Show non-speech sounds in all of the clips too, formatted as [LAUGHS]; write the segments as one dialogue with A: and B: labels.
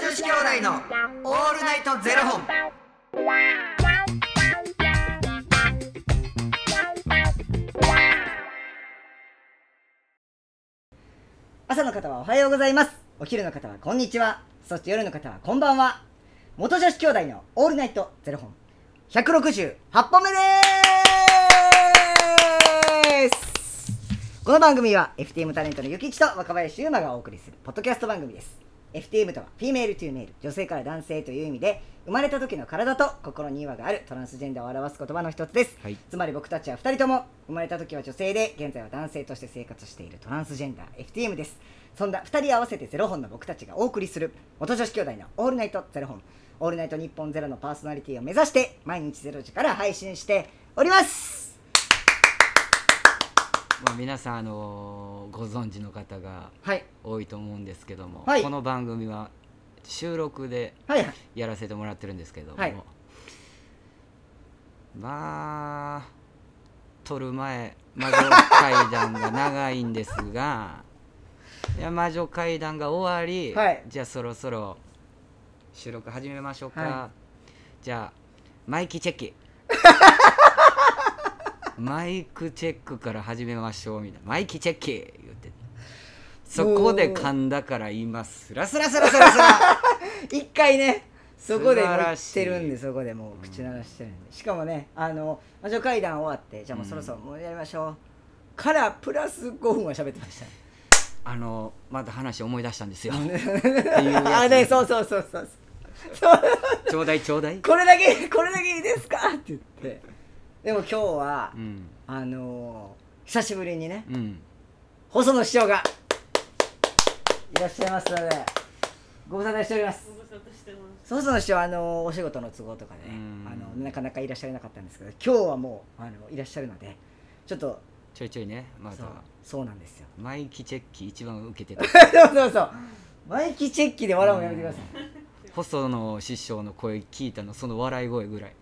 A: 子兄弟のオールナイトゼロ本。
B: 朝の方はおはようございますお昼の方はこんにちはそして夜の方はこんばんは元女子兄弟のオールナイトゼロ本168本目ですこの番組は FTM タレントのゆきちと若林優馬がお送りするポッドキャスト番組です FTM とはフィメールトゥーメール女性から男性という意味で生まれた時の体と心に違和があるトランスジェンダーを表す言葉の一つです、
A: はい
B: つまり僕たちは2人とも生まれた時は女性で現在は男性として生活しているトランスジェンダー FTM ですそんな2人合わせてゼロ本の僕たちがお送りする元女子兄弟のオールナイトゼロ本オールナイト日本ゼロのパーソナリティを目指して毎日ゼロ時から配信しております
A: まあ皆さんあのーご存知の方が
B: はい
A: 多いと思うんですけども、
B: はい
A: この番組は収録で
B: はいはい
A: やらせてもらってるんですけども、
B: はい
A: まあ撮る前魔女階段が長いんですが [LAUGHS] いや魔女階段が終わり、
B: はい
A: じゃあそろそろ収録始めましょうか、
B: は
A: じゃあマイキチェ
B: [LAUGHS]
A: ッキマイクチェックから始めましょうみたいなマイキチェッキ言ってそこで噛んだから今スラスラスラスラスラ
B: 一回ねそこでもう
A: 素晴
B: 言
A: ら
B: っ
A: してい
B: るんでそこでもう口鳴らしてるんでしかもねあの魔女会談終わってじゃあもうそろそろもうやりましょう、からプラス5分は喋ってました
A: あのまだ話思い出したんですよ。
B: あねそうそうそうそうそう
A: [LAUGHS] ちょうだいち
C: [LAUGHS]
A: ょうだい。
B: これだけこれだけいいですかって言ってでも今日は、
A: うん
B: あのー久しぶりにね
A: うん。
B: 細野市長がいらっしゃいますのでご無沙汰しております細野市長あのーお仕事の都合とかね
A: うん
B: あのなかなかいらっしゃらなかったんですけど今日はもうあのいらっしゃるのでちょっと
A: ちょいちょいねま
B: そう
A: だ
B: そうなんですよ
A: マイキチェッキ一番受けてた。
B: そうそうそうマイキチェッキで笑うのやめてください
A: 細野師匠の声聞いたのその笑い声
C: [LAUGHS]
A: ぐらい。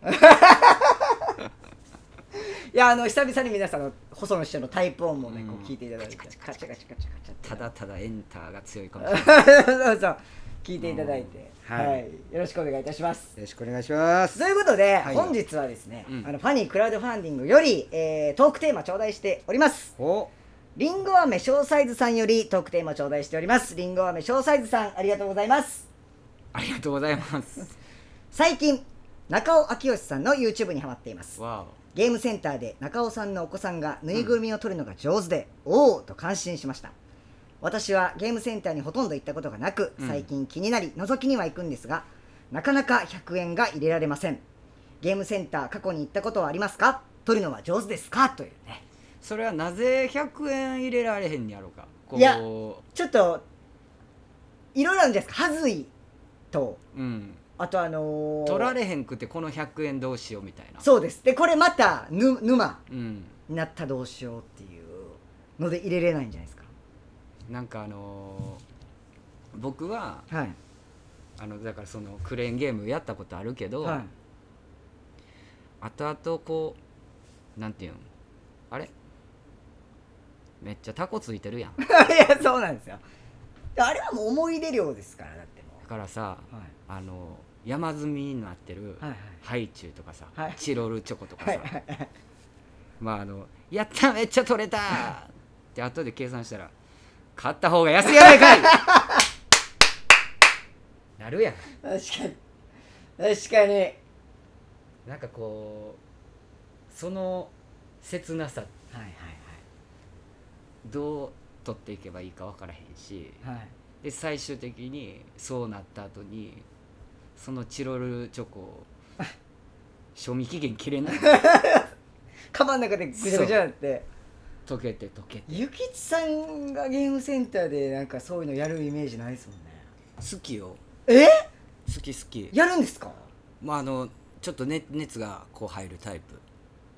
B: いやあの久々に皆さんの細野師匠のタイプ音もね、こ
A: うん
B: う聞いていただいてカチャカチャカチャカチャ
A: ただただエンターが強いかもしれない。よ
B: そうそう聞いていただいて、
C: うん
B: はい、
C: はい
B: よろしくお願いいたします
C: よろしくお願いします
B: ということで、
C: はい
B: 本日はですね、
A: うん
B: あのファニークラウドファンディングより、えートークテーマ頂戴しております
C: お
B: りんご飴小サイズさんよりトークテーマ頂戴しておりますりんご飴小サイズさんありがとうございます
A: ありがとうござ
C: [LAUGHS]
A: います。
B: 最近中尾明義さんの YouTube にハマっています
A: わ
B: ゲームセンターで中尾さんのお子さんがぬいぐるみを取るのが上手で、おおと感心しました私はゲームセンターにほとんど行ったことがなく
A: うん
B: 最近気になり覗きには行くんですがなかなか100円が入れられませんゲームセンター過去に行ったことはありますか取るのは上手ですかというね
A: お。それはなぜ100円入れられへんやろうか。こう
B: いやちょっといろいろあるんじゃないですかはずいと
A: うん。
B: あとあのー
A: 取られへんくてこの100円どうしようみたいな。
B: そうですでこれまたぬ沼
A: うん。
B: になったらどうしようっていうので入れれないんじゃないですか
A: なんかあのー僕は
B: はい
A: あのだからそのクレーンゲームやったことあるけど、
B: はい
A: 後々こうなんていうんあれめっちゃタコついてるやん
B: [LAUGHS]
A: だ
B: いやそうなんですよあれはもう思い出量ですからだっても
A: からさ
B: [LAUGHS] う、はい、
A: あの山積みになってる
B: はいはい
A: ハイチュウとかさ、
B: はい
A: チロルチョコとかさ、
B: はいはいはい
A: まああの「やっためっちゃ取れた!」って後で計算したら「買った方が安いやないか [LAUGHS] い! 」なるやん
B: 確かに確かに
A: なんかこうその切なさ
B: はいはい
A: どう取っていけばいいか分からへんし
B: はいはい
A: で最終的にそうなった後にそのチロルチョ [LAUGHS] コ賞味期限切れない
B: カバンの中でぐちゃぐちゃになって
A: 溶けて溶けて
B: ゆきちさんがゲームセンターでなんかそういうのやるイメージないですもんね
A: 好きよ
B: え
A: 好き好き
B: やるんですか
A: まああのちょっと熱熱がこう入るタイプ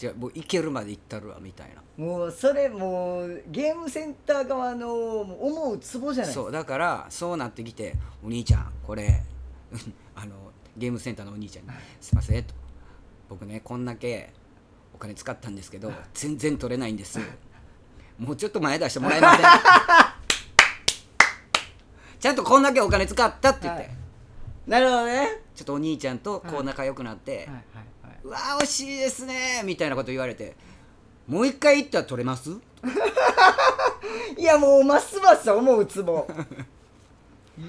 A: 違うもういけるまでいったるわみたいな
B: もうそれもうゲームセンター側のもう思うツボじゃないです
A: そ
B: か
A: うだからそうなってきて「お兄ちゃんこれ [LAUGHS] あのゲームセンターのお兄ちゃんに「すいません」と「僕ねこんだけお金使ったんですけど全然取れない
B: [LAUGHS]
A: んですもうちょっと前出してもらえません」ちゃんとこんだけお金使ったって言って、
B: はいなるほどね
A: ちょっとお兄ちゃんとこ
B: は
A: う
B: い
A: 仲良くなって、
B: はいはいはいう
A: わー惜しいですねみたいなこと言われてもう一回行ったら取れます
B: いやもうますます思うツ [LAUGHS] ボ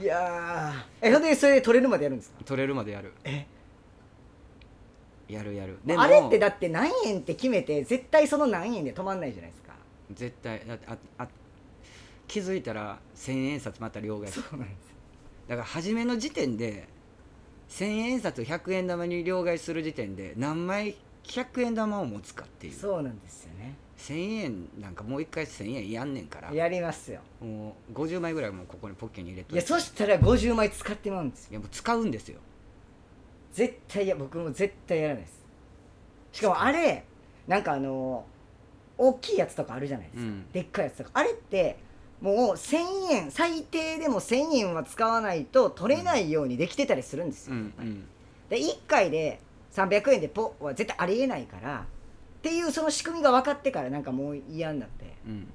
B: いやーえそれでそれで取れるまでやるんですか
A: 取れるまでやる
B: え
A: やるやる
B: あれってだって何円って決めて絶対その何円で止まんないじゃないですか
A: 絶対だってああ気づいたら千円札また両替だか
B: うなんです
A: ら初めの時点で千円札100円玉に両替する時点で何枚100円玉を持つかっていう
B: そうなんですよね
A: 千円なんかもう一回千円やんねんから
B: やりますよ
A: もう50枚ぐらいもうここにポッケに入れと
B: い
A: い
B: や
A: て
B: そしたら50枚使ってまうんですよ
A: いやもう使うんですよ
B: 絶対いや僕も絶対やらないですしかもあれなんかあの大きいやつとかあるじゃないですか、
A: うん
B: でっかいやつとかあれってもう1000円最低でも1000円は使わないと取れないようにできてたりするんです
A: う
B: よ、
A: んうん
B: で1回で300円でポッは絶対ありえないからっていうその仕組みが分かってからなんかもう嫌になって
A: うん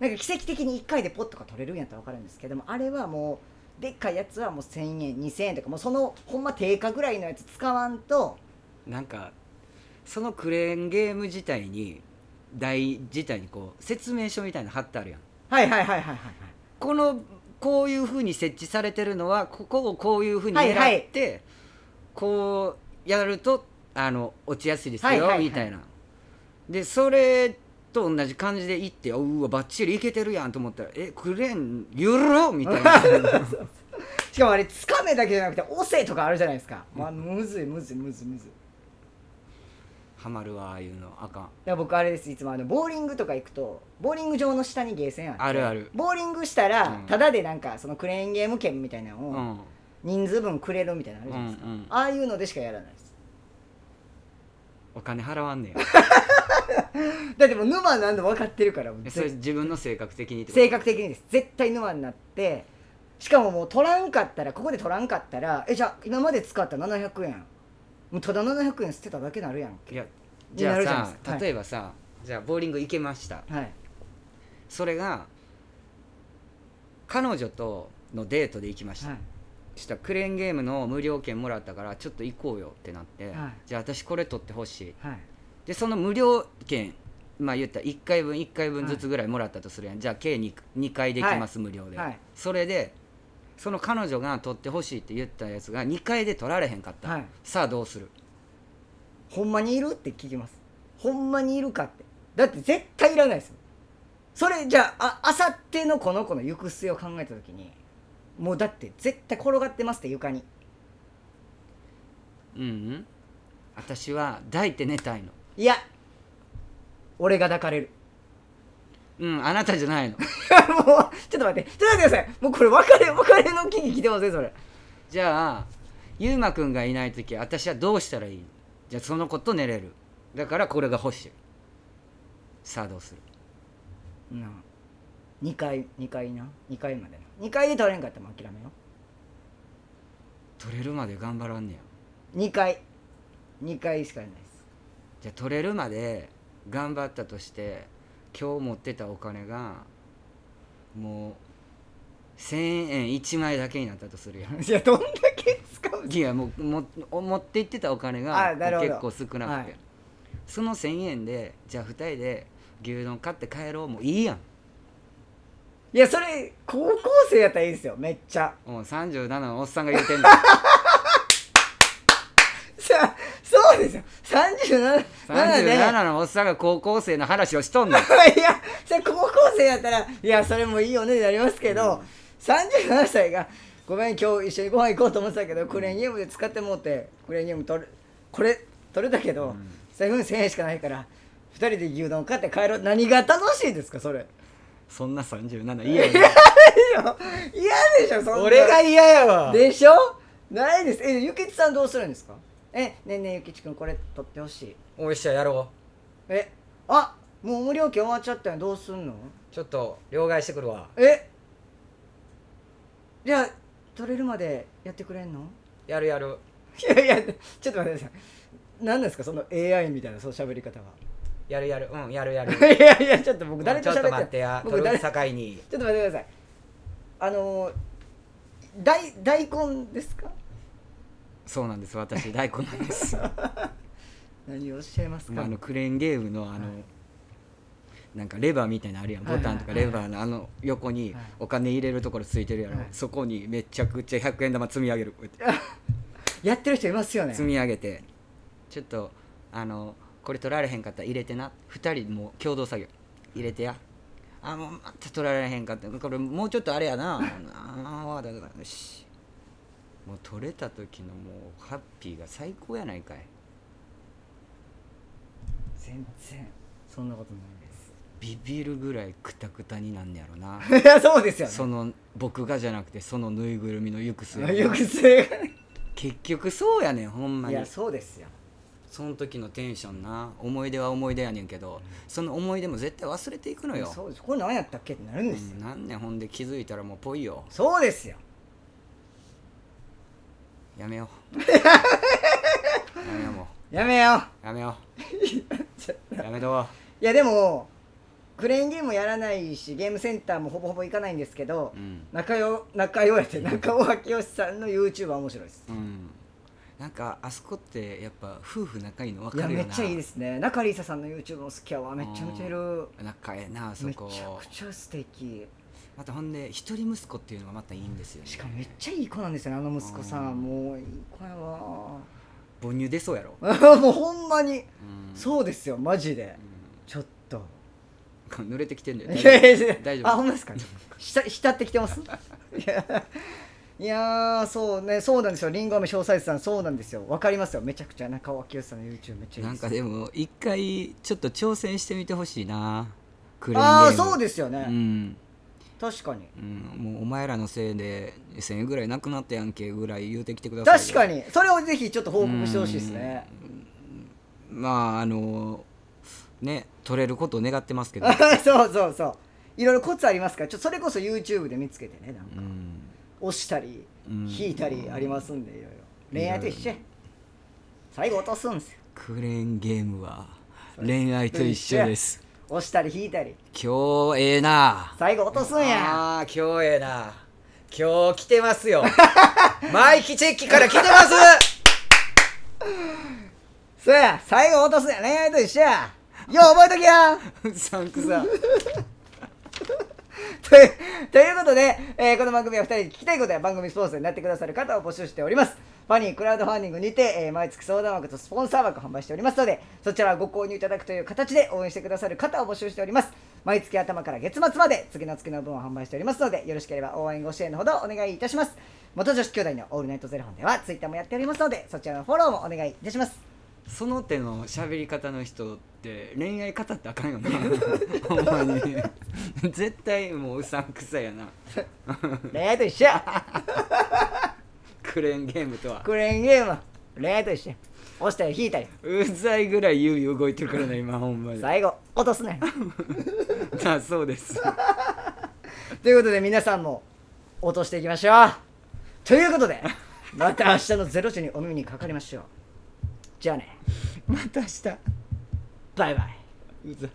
B: なんか奇跡的に1回でポッとか取れるんやったら分かるんですけどもあれはもうでっかいやつはもう1000円2000円とかもうそのほんま定価ぐらいのやつ使わんと
A: なんかそのクレーンゲーム自体に台自体にこう説明書みたいなの貼ってあるやん
B: はいはいはいはいはい
A: このこういうふうに設置されてるのはここをこういうふうに
B: はい
A: 狙って、
B: はい
A: こうやるとあの落ちやすいですよ、
B: はいはいはい
A: みたいなでそれと同じ感じで行ってあうわバッチリいけてるやんと思ったらえクレーンゆるみた
B: [LAUGHS]
A: いな
B: しかもあれつかめだけじゃなくて押せとかあるじゃないですか、まあ、むずいむずいむずいむずい
A: ハマるわああいうのあか
B: だ
A: ん
B: から僕あれですいつもあのボーリングとか行くとボーリング場の下にゲーセンあって
A: あるある
B: ボーリングしたら、
A: うん
B: ただでなんかそのクレーンゲーム券みたいなの
A: う
B: を
A: ん
B: 人数分くれるみたいなのある
A: う
B: じ
A: んう
B: ゃないですか、
A: ん
B: ああいうのでしかやらないです
A: お金払わんねや
B: だってもう沼なんで分かってるからもう
A: え
B: 絶
A: それ自分の性格的にってこと
B: 性格的にです絶対沼になってしかももう取らんかったらここで取らんかったらえじゃあ今まで使った700円もうただ700円捨てただけなるやん
A: いや
B: に
A: じゃ
B: な
A: あ
B: るじゃない
A: さ
B: ですかはい
A: 例えばさ、じゃあボーリング行けました
B: はい
A: それが彼女とのデートで行きました、
B: はい
A: そしたらクレーンゲームの無料券もらったからちょっと行こうよってなって、
B: はい
A: じゃあ私これ取ってほしい
B: はい
A: でその無料券まあ言ったら1回分1回分ずつぐらいもらったとするやん、じゃあ計 2, 2回できます、無料で、
B: はい
A: それでその彼女が取ってほしいって言ったやつが2回で取られへんかった、
B: はい
A: さあどうする
B: ほんまにいるって聞きますほんまにいるかってだって絶対いらないですよそれじゃああさってのこの子の行く末を考えた時にもうだって絶対転がってますって床に
A: うんうん私は抱いて寝たいの
B: いや俺が抱かれる [LAUGHS]
A: うんあなたじゃないの
B: もうちょっと待ってちょっと待ってくださいもうこれ別れ別れの危機来てませんそれ
A: じゃあゆうまくんがいない時私はどうしたらいいじゃあその子と寝れるだからこれが欲しいさあどうする
B: な2回2回な2回までな2回で取れんかったらもう諦めよ
A: 取れるまで頑張らんねや
B: 2回2回しかやらないです
A: じゃあ取れるまで頑張ったとして今日持ってたお金がもう1,000円1枚だけになったとするや
B: [LAUGHS]
A: ん
B: いやどんだけ使う
A: [LAUGHS] いやもうも持って行ってたお金が
B: あなるほ
A: 結
B: ど
A: 構少なくて、
B: はい
A: その1,000円でじゃあ2人で牛丼買って帰ろうもういいやん
B: いやそれ高校生やったらいいですよめっちゃ
A: もう37のおっさんが言ってんだ
B: [LAUGHS] さそうですよ37 7で
A: 37のおっさんが高校生の話をしとん
B: [LAUGHS]
A: の
B: いやそれ高校生やったらいやそれもいいよねになりますけど、37歳が「ごめん今日一緒にご飯行こうと思ってたけどクレーンゲームで使ってもうてクレーンゲーム取るこれ取れたけど、財布に1000円しかないから2人で牛丼買って帰ろう何が楽しいですかそれ [LAUGHS]
A: そんな37いやい
B: 嫌でしょそんな
A: 俺が嫌やわ
B: でしょないですえゆきちさんどうするんですかえねえねえゆきちくんこれ取ってほしい
A: おいしゃやろ
B: えあもう無料券終わっちゃったよどうすんの
A: うちょっと両替してくるわ
B: えじゃあ取れるまでやってくれんの
A: やるやる
B: いやいやちょっと待ってください何ですかその AI みたいなその喋り方は
A: やるやるうんやる
B: [LAUGHS]
A: や
B: いやいやちょっと僕誰と喋って僕誰ちょっ
A: 境に
B: と待ってくださいあのー大大根ですか
A: そうなんです私大根なん
B: [LAUGHS]
A: です
B: 何をおっしゃいます
A: ま
B: か
A: あ、あのクレーンゲームのあ
B: は
A: の、
B: い
A: なんかレバーみたいなのあるやんボタンと
B: は
A: か
B: いは
A: レ
B: いはい
A: バーのあの横に
B: はい
A: お金入れるところついてるやろ、
B: はい
A: そこにめちゃくちゃ100円玉積み上げるこうやって
B: やってる人いますよね
A: 積み上げてちょっとあのこれ取られへんかったら入れてな2人もう共同作業入れてやあもうまた取られへんかったこれもうちょっとあれやなああだだよしもう取れた時のもうハッピーが最高やないかい
B: 全然そんなことないです
A: ビビるぐらいクタクタになんねや
B: [LAUGHS]
A: ろな
B: いやそうですよね
A: その僕がじゃなくてそのぬいぐるみの行く末
B: [LAUGHS] よく正解
A: 結局そうやねんほんま
B: い
A: に
B: やそうですよ
A: その時のテンションな思い出は思い出やねんけどその思い出も絶対忘れていくのよ
B: そうですこれ何やったっけってなるんですよ、
A: うんなんねんほんで気づいたらもうぽいよ
B: そうですよ
A: やめようやめようも
B: やめよう
A: うやめよ
B: [LAUGHS]
A: うやめとこ
B: いやでもクレーンゲームやらないしゲームセンターもほぼほぼ行かないんですけど、
A: ううん
B: 中尾中尾やって中尾明慶さんの YouTube は面白いです
A: うんなんかあそこってやっぱ夫婦仲いいの分
B: い
A: か
B: や
A: るよ
B: め
A: な
B: っちゃいいですね中里依紗さんの YouTube も好きやわめっちゃ見てる
A: 仲ええなあそ
B: めち
A: こ
B: ゃくちゃ素敵
A: またほんで一人息子っていうのがまたいいんですよね
B: しかもめっちゃいい子なんですよねあの息子さん
A: うん
B: もういい子やわ
A: 母乳出そうやろ、
B: [LAUGHS] もうほんまに
A: うん
B: そうですよマジでちょっと
A: うん濡れてきてんだよ
B: いやいやいや
A: 大丈夫
B: あほんまですかした浸ってきてますいやいやーそうねそうなんですよりんご飴詳細さんそうなんですよわかりますよめちゃくちゃ中尾明慶さんの YouTube めっちゃいいです
A: なんかでも一回ちょっと挑戦してみてほしいなクレーン
B: ああ
A: ゲーム
B: そうですよね、
A: うん、
B: 確かに
A: うん、もうお前らのせいで1000円ぐらいなくなったやんけぐらい言うてきてください
B: 確かにそれをぜひちょっと報告してほしいですね
A: まああのね取れることを願ってますけ [LAUGHS] ど
B: [LAUGHS] そうそうそういろいろコツありますからちょっとそれこそ YouTube で見つけてねなん
A: う
B: か
A: ん
B: 押したり
A: うん
B: 引いたりありますんでいろいろ恋愛と一緒や最後落とすんですよ
A: クレーンゲームは恋愛と一緒です
B: [LAUGHS] 押したり引いたり
A: 今日ええな
B: 最後落とすんや
A: ああー今日ええな今日来てます [LAUGHS] よマイキチェッキから来てます
B: [LAUGHS] そうや最後落とすんや恋愛と一緒やよう覚えときや [LAUGHS]
A: うさんくさ
B: というということで、えーこの番組は2人に聞きたいことや番組スポンサーになってくださる方を募集しておりますファニークラウドファンディングにて、えー毎月相談枠とスポンサー枠を販売しておりますのでそちらをご購入いただくという形で応援してくださる方を募集しております毎月頭から月末まで次の月の分を販売しておりますのでよろしければ応援ご支援のほどお願いいたします元女子兄弟のオールナイトゼロ本ではツイッターもやっておりますのでそちらのフォローもお願いいたします
A: その手の喋り方の人って恋愛方ってあかんよ [LAUGHS] ねほんまに絶対もううさんくさいやな
B: 恋愛と一緒や
A: クレーンゲームとは
B: クレーンゲーム恋愛と一緒や押したり引いたり
A: うざいぐらい指動いてるからな今ほんまに
B: 最後落とすね
A: だそうです
B: ということで皆さんも落としていきましょうということでまた明日の0時にお耳にかかりましょうじゃあね
A: [LAUGHS] また明日
B: バイバイ
A: うざい